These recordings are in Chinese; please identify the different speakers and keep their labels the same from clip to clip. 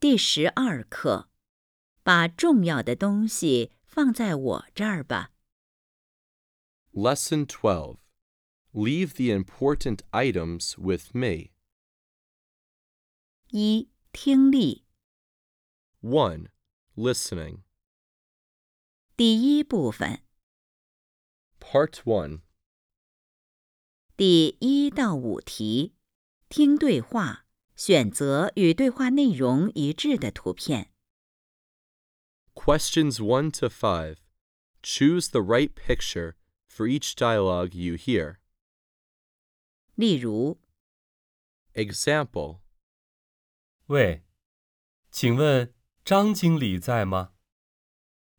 Speaker 1: 第十二课，把重要的东西放在我这儿吧。
Speaker 2: Lesson 12 Leave the important items with me.
Speaker 1: 一、听力
Speaker 2: 1. Listening.
Speaker 1: 第一部分
Speaker 2: Part 1.
Speaker 1: 第一到五题，听对话，选择与对话内容一致的图片。
Speaker 2: Questions 1 to 5. Choose the right picture for each dialogue you hear.
Speaker 1: 例如，
Speaker 2: Example
Speaker 3: 喂，请问张经理在吗？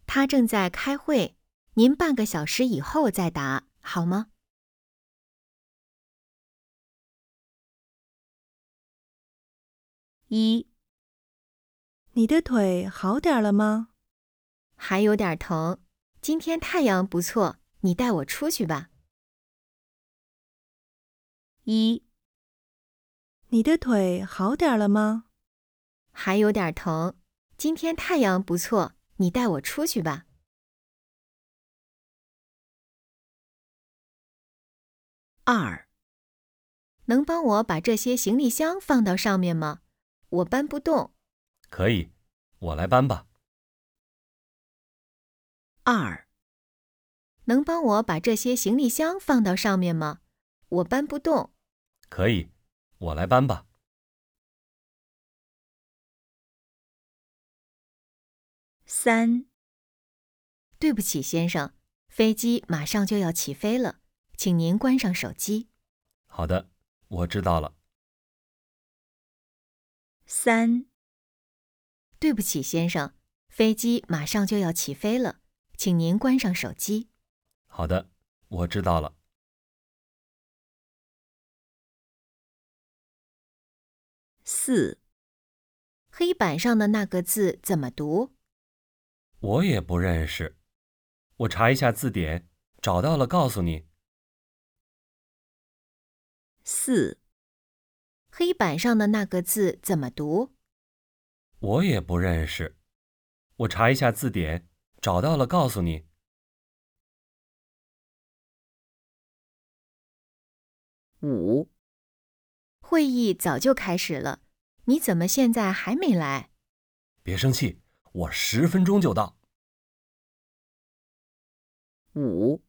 Speaker 4: 他正在开会，您半个小时以后再答好吗？
Speaker 1: 一、
Speaker 5: 你的腿好点了吗？
Speaker 4: 还有点疼。今天太阳不错，你带我出去吧。
Speaker 1: 一、
Speaker 5: 你的腿好点了吗？
Speaker 4: 还有点疼。今天太阳不错，你带我出去吧。
Speaker 1: 二、
Speaker 4: 能帮我把这些行李箱放到上面吗？我搬不动。
Speaker 3: 可以，我来搬吧。
Speaker 1: 二、
Speaker 4: 能帮我把这些行李箱放到上面吗？我搬不动。
Speaker 3: 可以，我来搬吧。
Speaker 1: 三、
Speaker 4: 对不起，先生，飞机马上就要起飞了，请您关上手机。
Speaker 3: 好的，我知道了。
Speaker 1: 三、
Speaker 4: 对不起，先生，飞机马上就要起飞了，请您关上手机。
Speaker 3: 好的，我知道了。
Speaker 1: 四、
Speaker 4: 黑板上的那个字怎么读？
Speaker 3: 我也不认识，我查一下字典，找到了告诉你。
Speaker 1: 四、
Speaker 4: 黑板上的那个字怎么读？
Speaker 3: 我也不认识，我查一下字典，找到了告诉你。
Speaker 1: 五、
Speaker 4: 会议早就开始了，你怎么现在还没来？
Speaker 3: 别生气，我十分钟就到。
Speaker 1: 五、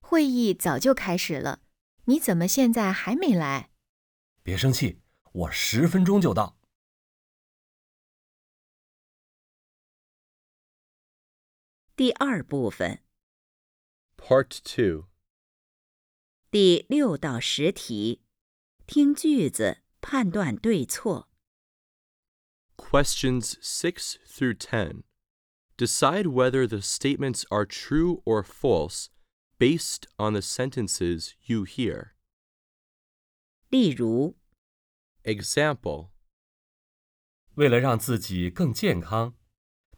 Speaker 4: 会议早就开始了，你怎么现在还没来？
Speaker 3: 别生气，我十分钟就到。
Speaker 1: 第二部分
Speaker 2: Part 2.
Speaker 1: 第六到十题，听句子判断对错。
Speaker 2: Questions 6 through 10. Decide whether the statements are true or false based on the sentences you hear.
Speaker 1: 例如，
Speaker 2: Example
Speaker 3: 为了让自己更健康，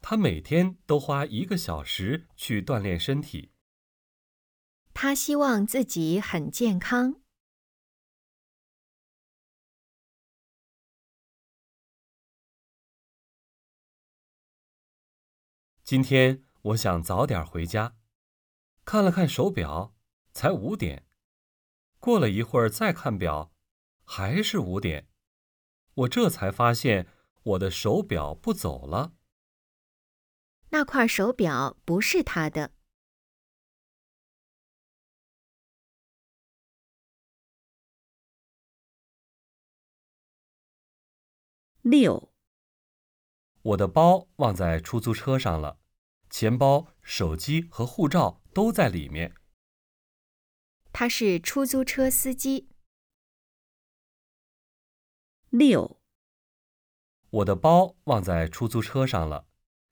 Speaker 3: 他每天都花一个小时去锻炼身体。
Speaker 4: 他希望自己很健康。
Speaker 3: 今天我想早点回家，看了看手表，才五点。过了一会儿再看表，还是五点。我这才发现我的手表不走了。
Speaker 4: 那块手表不是他的。
Speaker 1: 六、
Speaker 3: 我的包忘在出租车上了，钱包、手机和护照都在里面。
Speaker 4: 他是出租车司机。
Speaker 1: 六、
Speaker 3: 我的包忘在出租车上了，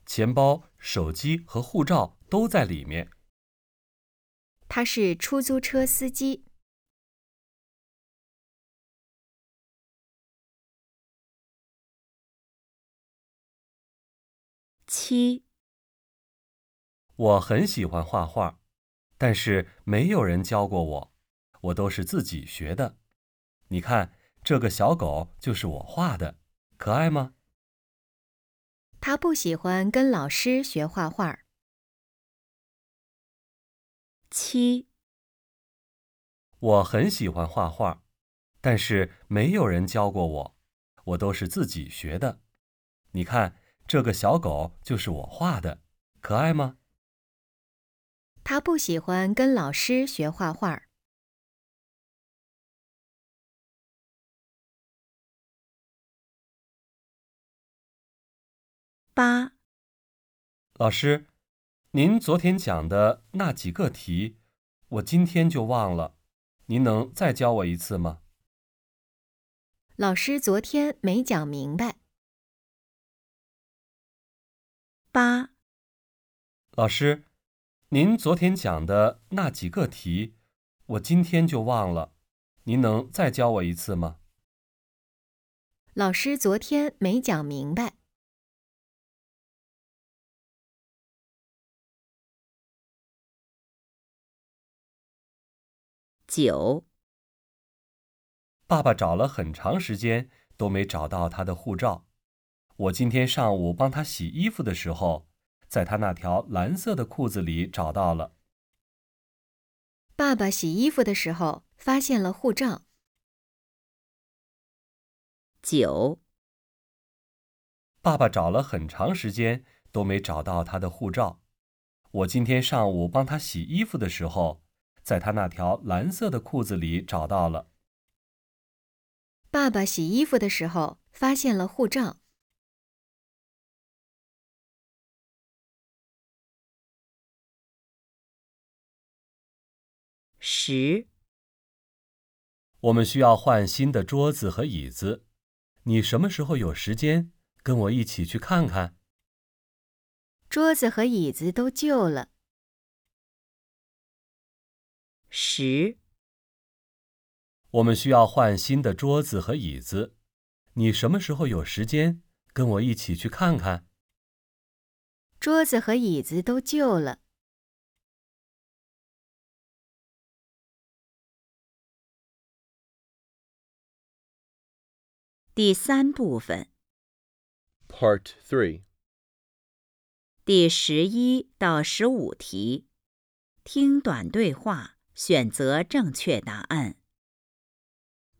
Speaker 3: 钱包、手机和护照都在里面。
Speaker 4: 他是出租车司机。
Speaker 1: 七、
Speaker 3: 我很喜欢画画，但是没有人教过我，我都是自己学的。你看，这个小狗就是我画的，可爱吗？
Speaker 4: 他不喜欢跟老师学画画。
Speaker 1: 七、
Speaker 3: 我很喜欢画画，但是没有人教过我，我都是自己学的。你看，这个小狗就是我画的，可爱吗？
Speaker 4: 他不喜欢跟老师学画画。
Speaker 1: 八、
Speaker 3: 老师，您昨天讲的那几个题，我今天就忘了，您能再教我一次吗？
Speaker 4: 老师昨天没讲明白。
Speaker 1: 八、
Speaker 3: 老师，您昨天讲的那几个题，我今天就忘了，您能再教我一次吗？
Speaker 4: 老师昨天没讲明白。
Speaker 1: 九、
Speaker 3: 爸爸找了很长时间都没找到他的护照。我今天上午帮他洗衣服的时候，在他那条蓝色的裤子里找到了。
Speaker 4: 爸爸洗衣服的时候发现了护照。
Speaker 1: 九、
Speaker 3: 爸爸找了很长时间都没找到他的护照。我今天上午帮他洗衣服的时候，在他那条蓝色的裤子里找到了。
Speaker 4: 爸爸洗衣服的时候发现了护照。
Speaker 1: 十、
Speaker 3: 我们需要换新的桌子和椅子，你什么时候有时间跟我一起去看看？
Speaker 4: 桌子和椅子都旧了。
Speaker 1: 十、
Speaker 3: 我们需要换新的桌子和椅子，你什么时候有时间跟我一起去看看？
Speaker 4: 桌子和椅子都旧了。
Speaker 1: 第三部分
Speaker 2: Part 3.
Speaker 1: 第十一到十五题，听短对话，选择正确答案。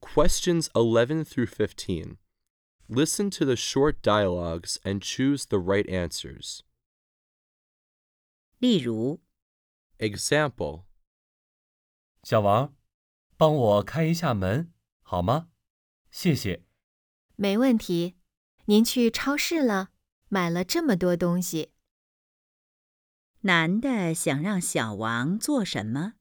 Speaker 2: Questions 11 through 15. Listen to the short dialogues and choose the right answers.
Speaker 1: 例如，
Speaker 2: Example
Speaker 3: 小王，帮我开一下门好吗？谢谢。
Speaker 4: 没问题，您去超市了，买了这么多东西。
Speaker 1: 男的想让小王做什么？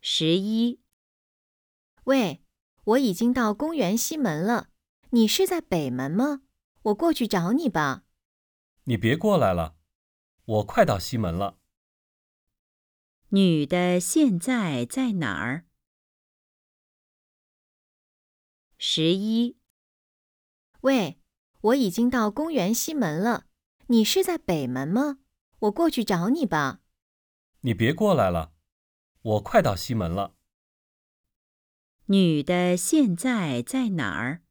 Speaker 1: 十一、
Speaker 4: 喂，我已经到公园西门了，你是在北门吗？我过去找你吧。
Speaker 3: 你别过来了，我快到西门了。
Speaker 1: 女的现在在哪儿？十一、
Speaker 4: 喂，我已经到公园西门了，你是在北门吗？我过去找你吧。
Speaker 3: 你别过来了，我快到西门了。
Speaker 1: 女的现在在哪儿？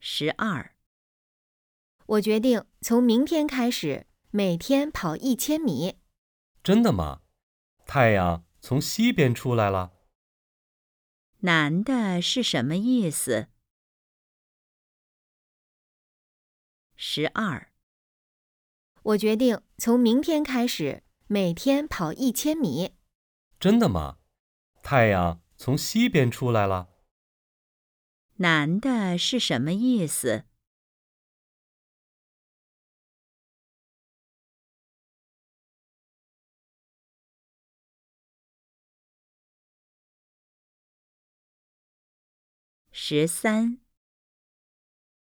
Speaker 1: 十二、
Speaker 4: 我决定从明天开始每天跑一千米。
Speaker 3: 真的吗？太阳从西边出来了。
Speaker 1: 男的是什么意思？十二、
Speaker 4: 我决定从明天开始每天跑一千米。
Speaker 3: 真的吗？太阳从西边出来了。
Speaker 1: 男的是什么意思？十三、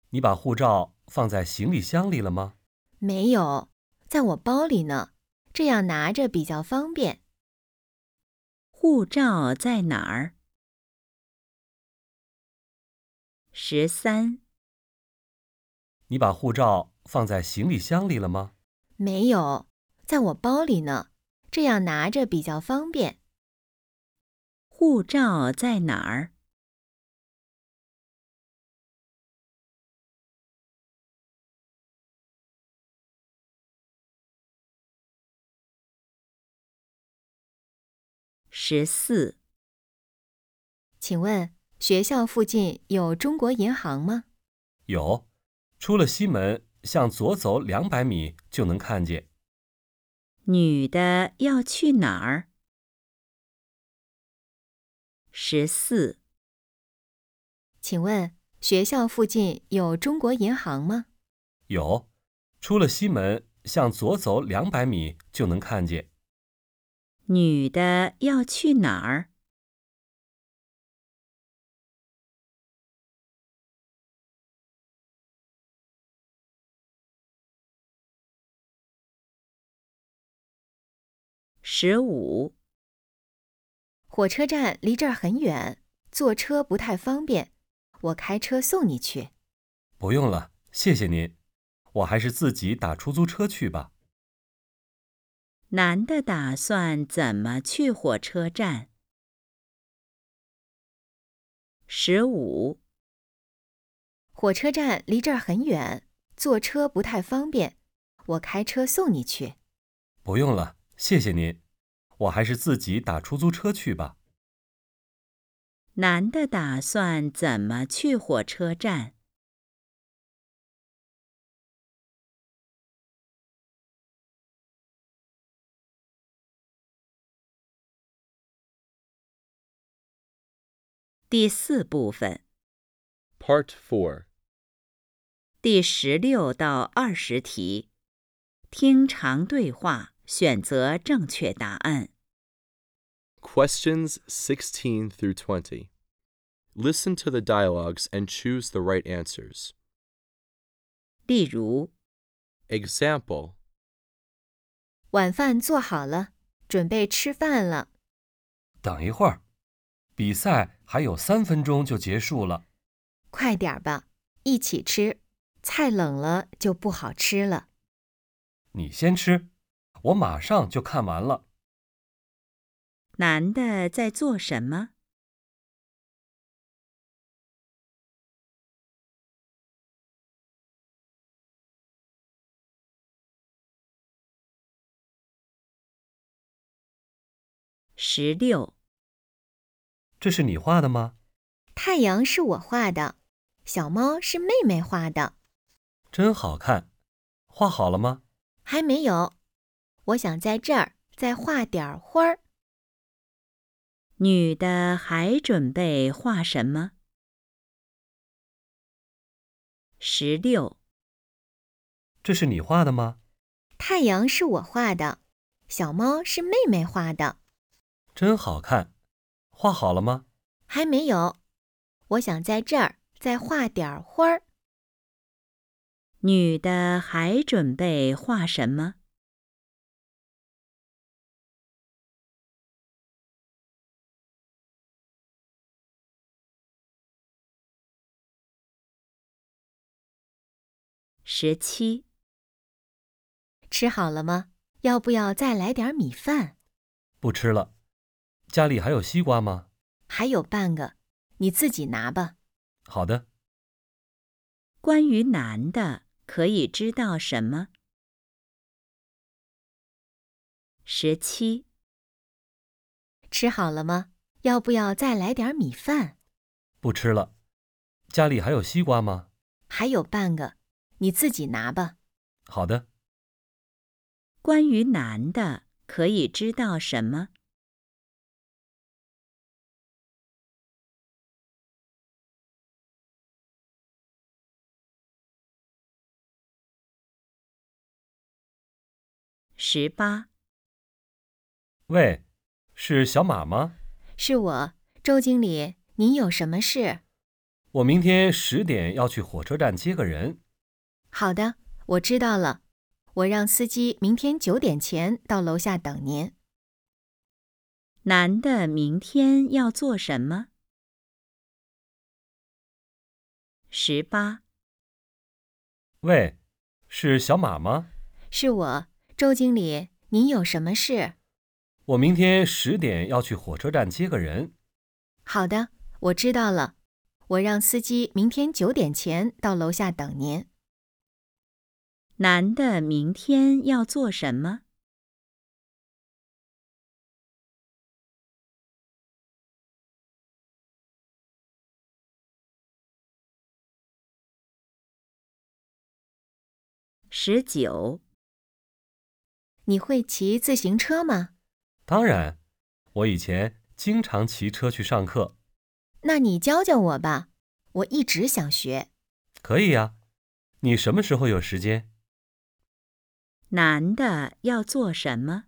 Speaker 3: 你把护照放在行李箱里了吗？
Speaker 4: 没有，在我包里呢，这样拿着比较方便。
Speaker 1: 护照在哪儿？十三，
Speaker 3: 你把护照放在行李箱里了吗？
Speaker 4: 没有，在我包里呢，这样拿着比较方便。
Speaker 1: 护照在哪儿？十四，
Speaker 4: 请问学校附近有中国银行吗？
Speaker 3: 有，出了西门向左走两百米就能看见。
Speaker 1: 女的要去哪儿？十四，
Speaker 4: 请问学校附近有中国银行吗？
Speaker 3: 有，出了西门向左走两百米就能看见。
Speaker 1: 女的要去哪儿？十五，
Speaker 4: 火车站离这儿很远，坐车不太方便，我开车送你去。
Speaker 3: 不用了，谢谢您，我还是自己打出租车去吧。
Speaker 1: 男的打算怎么去火车站？十五，
Speaker 4: 火车站离这儿很远，坐车不太方便，我开车送你去。
Speaker 3: 不用了，谢谢您，我还是自己打出租车去吧。
Speaker 1: 男的打算怎么去火车站？第四部分
Speaker 2: Part 4.
Speaker 1: 第十六到二十题，听长对话，选择正确答案。
Speaker 2: Questions 16 through 20. Listen to the dialogues and choose the right answers.
Speaker 1: 例如，
Speaker 2: Example
Speaker 4: 晚饭做好了，准备吃饭了。
Speaker 3: 等一会儿，比赛还有三分钟就结束了。
Speaker 4: 快点儿吧，一起吃。菜冷了就不好吃了。
Speaker 3: 你先吃，我马上就看完了。
Speaker 1: 男的在做什么？十六，
Speaker 3: 这是你画的吗？
Speaker 4: 太阳是我画的，小猫是妹妹画的，
Speaker 3: 真好看，画好了吗？
Speaker 4: 还没有。我想在这儿再画点儿花儿。
Speaker 1: 女的还准备画什么？十六，
Speaker 3: 这是你画的吗？
Speaker 4: 太阳是我画的，小猫是妹妹画的，
Speaker 3: 真好看，画好了吗？
Speaker 4: 还没有。我想在这儿再画点儿花儿。
Speaker 1: 女的还准备画什么？十七，
Speaker 4: 吃好了吗？要不要再来点儿米饭？
Speaker 3: 不吃了。家里还有西瓜吗？
Speaker 4: 还有半个，你自己拿吧。
Speaker 3: 好的，
Speaker 1: 关于男的可以知道什么？十七，
Speaker 4: 吃好了吗？要不要再来点儿米饭？
Speaker 3: 不吃了。家里还有西瓜吗？
Speaker 4: 还有半个，你自己拿吧。
Speaker 3: 好的，
Speaker 1: 关于男的可以知道什么？十八，
Speaker 3: 喂，是小马吗？
Speaker 4: 是我，周经理，您有什么事？
Speaker 3: 我明天十点要去火车站接个人。
Speaker 4: 好的，我知道了，我让司机明天九点前到楼下等您。
Speaker 1: 男的明天要做什么？十八，
Speaker 3: 喂，是小马吗？
Speaker 4: 是我，周经理，您有什么事？
Speaker 3: 我明天十点要去火车站接个人。
Speaker 4: 好的，我知道了，我让司机明天九点前到楼下等您。
Speaker 1: 男的明天要做什么？十九，
Speaker 4: 你会骑自行车吗？
Speaker 3: 当然，我以前经常骑车去上课。
Speaker 4: 那你教教我吧，我一直想学。
Speaker 3: 可以呀、你什么时候有时间？
Speaker 1: 男的要做什么？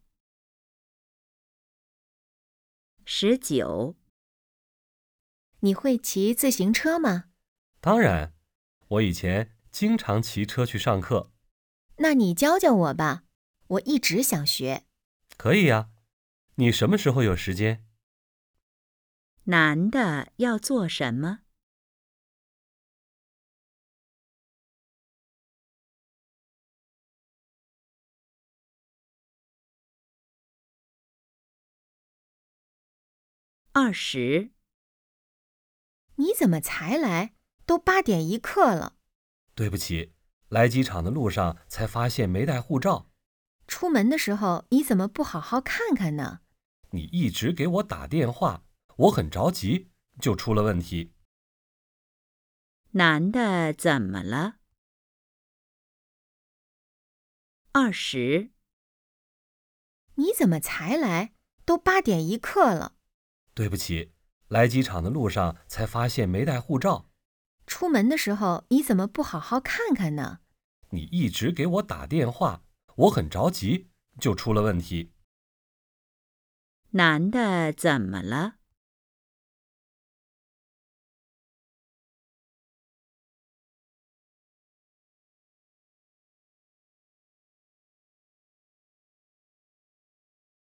Speaker 1: 十九，
Speaker 4: 你会骑自行车吗？
Speaker 3: 当然，我以前经常骑车去上课。
Speaker 4: 那你教教我吧，我一直想学。
Speaker 3: 可以呀、你什么时候有时间？
Speaker 1: 男的要做什么？二十，
Speaker 4: 你怎么才来？都八点一刻了，
Speaker 3: 对不起，来机场的路上才发现没带护照。
Speaker 4: 出门的时候你怎么不好好看看呢？
Speaker 3: 你一直给我打电话，我很着急，就出了问题。
Speaker 1: 男的怎么了？二十，
Speaker 4: 你怎么才来？都八点一刻了，
Speaker 3: 对不起，来机场的路上才发现没带护照。
Speaker 4: 出门的时候你怎么不好好看看呢？
Speaker 3: 你一直给我打电话，我很着急，就出了问题。
Speaker 1: 男的怎么了？